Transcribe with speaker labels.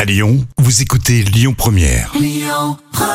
Speaker 1: À Lyon, vous écoutez Lyon Première. Lyon Première.